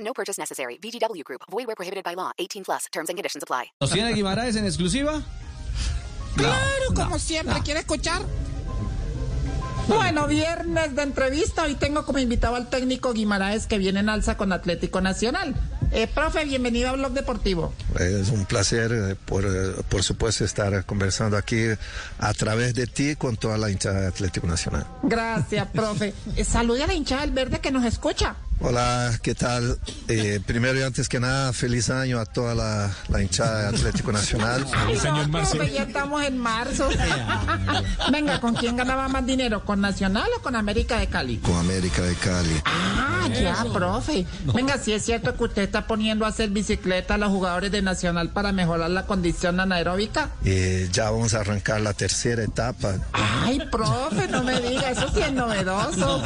No purchase necessary. VGW Group. Void where prohibited by law. 18 plus. Terms and conditions apply. ¿Nos tiene Guimaraes en exclusiva? Claro, no, como siempre. ¿Quiere escuchar? Bueno, viernes de entrevista. Hoy tengo como invitado al técnico Guimaraes que viene en alza con Atlético Nacional. Eh, profe, bienvenido a Blog Deportivo. Es un placer, eh, por, eh, por supuesto, estar conversando aquí a través de ti con toda la hinchada de Atlético Nacional. Gracias, profe. Eh, salude a la hinchada del verde que nos escucha. Hola, ¿qué tal? Eh, primero y antes que nada, feliz año a toda la, la hinchada de Atlético Nacional. Ay, no, profe, ya estamos en marzo. Venga, ¿con quién ganaba más dinero? ¿Con Nacional o con América de Cali? Con América de Cali. Ah, ya, profe. Venga, si es cierto que usted está poniendo a hacer bicicleta a los jugadores de Nacional para mejorar la condición anaeróbica. Eh, ya vamos a arrancar la tercera etapa. Ay, profe, no me diga, eso sí es novedoso.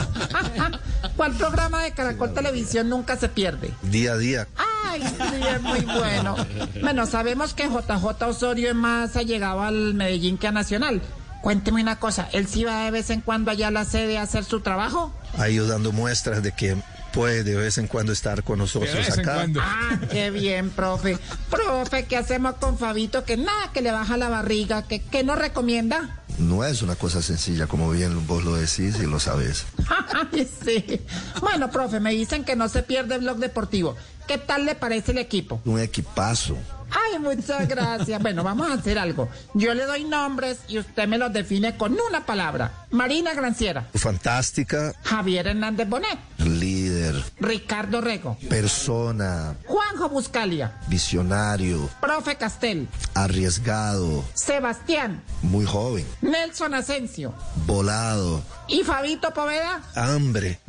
¿Cuál programa de Caracol Televisión nunca se pierde? Día a día. Ay, sí, es muy bueno. Bueno, sabemos que JJ Osorio es más allegado al Medellín que a Nacional. Cuénteme una cosa, ¿él sí va de vez en cuando allá a la sede a hacer su trabajo? Ayudando muestras de que puede de vez en cuando estar con nosotros acá. Ah, qué bien, profe. Profe, ¿qué hacemos con Fabito? Que nada, que le baja la barriga, que, que nos recomienda. No es una cosa sencilla, como bien vos lo decís y lo sabes. Ay, sí. Bueno, profe, me dicen que no se pierde blog deportivo. ¿Qué tal le parece el equipo? Un equipazo. Ay, muchas gracias. Bueno, vamos a hacer algo. Yo le doy nombres y usted me los define con una palabra. Marina Granciera, Fantástica, Javier Hernández Bonet, líder, Ricardo Rego, persona, Juanjo Buscalia, visionario, profe Castel, arriesgado, Sebastián, muy joven, Nelson Asensio volado, y Fabito Poveda. hambre.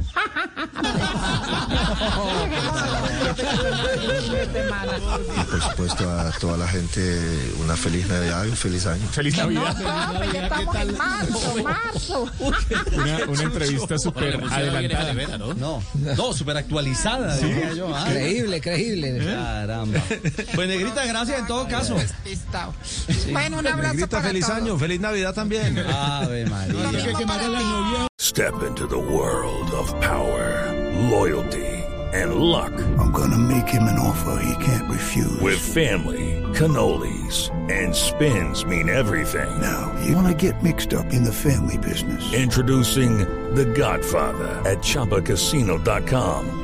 Y por supuesto a toda la gente una feliz Navidad y un feliz año. Feliz No, Navidad. profe, ya estamos en marzo, marzo. Una, una entrevista súper adelantada. No, no, súper actualizada. diría yo, ah. Creíble, creíble. Caramba. Pues Negrita, gracias en todo caso. Despistado. Bueno, un abrazo Negrita, para feliz todos. año, feliz Navidad también. Ave María. Lo mismo para ti. Step into the world of power, loyalty, and luck. I'm going to make him an offer he can't refuse. With family, cannolis, and spins mean everything. Now, you want to get mixed up in the family business. Introducing The Godfather at ChumbaCasino.com.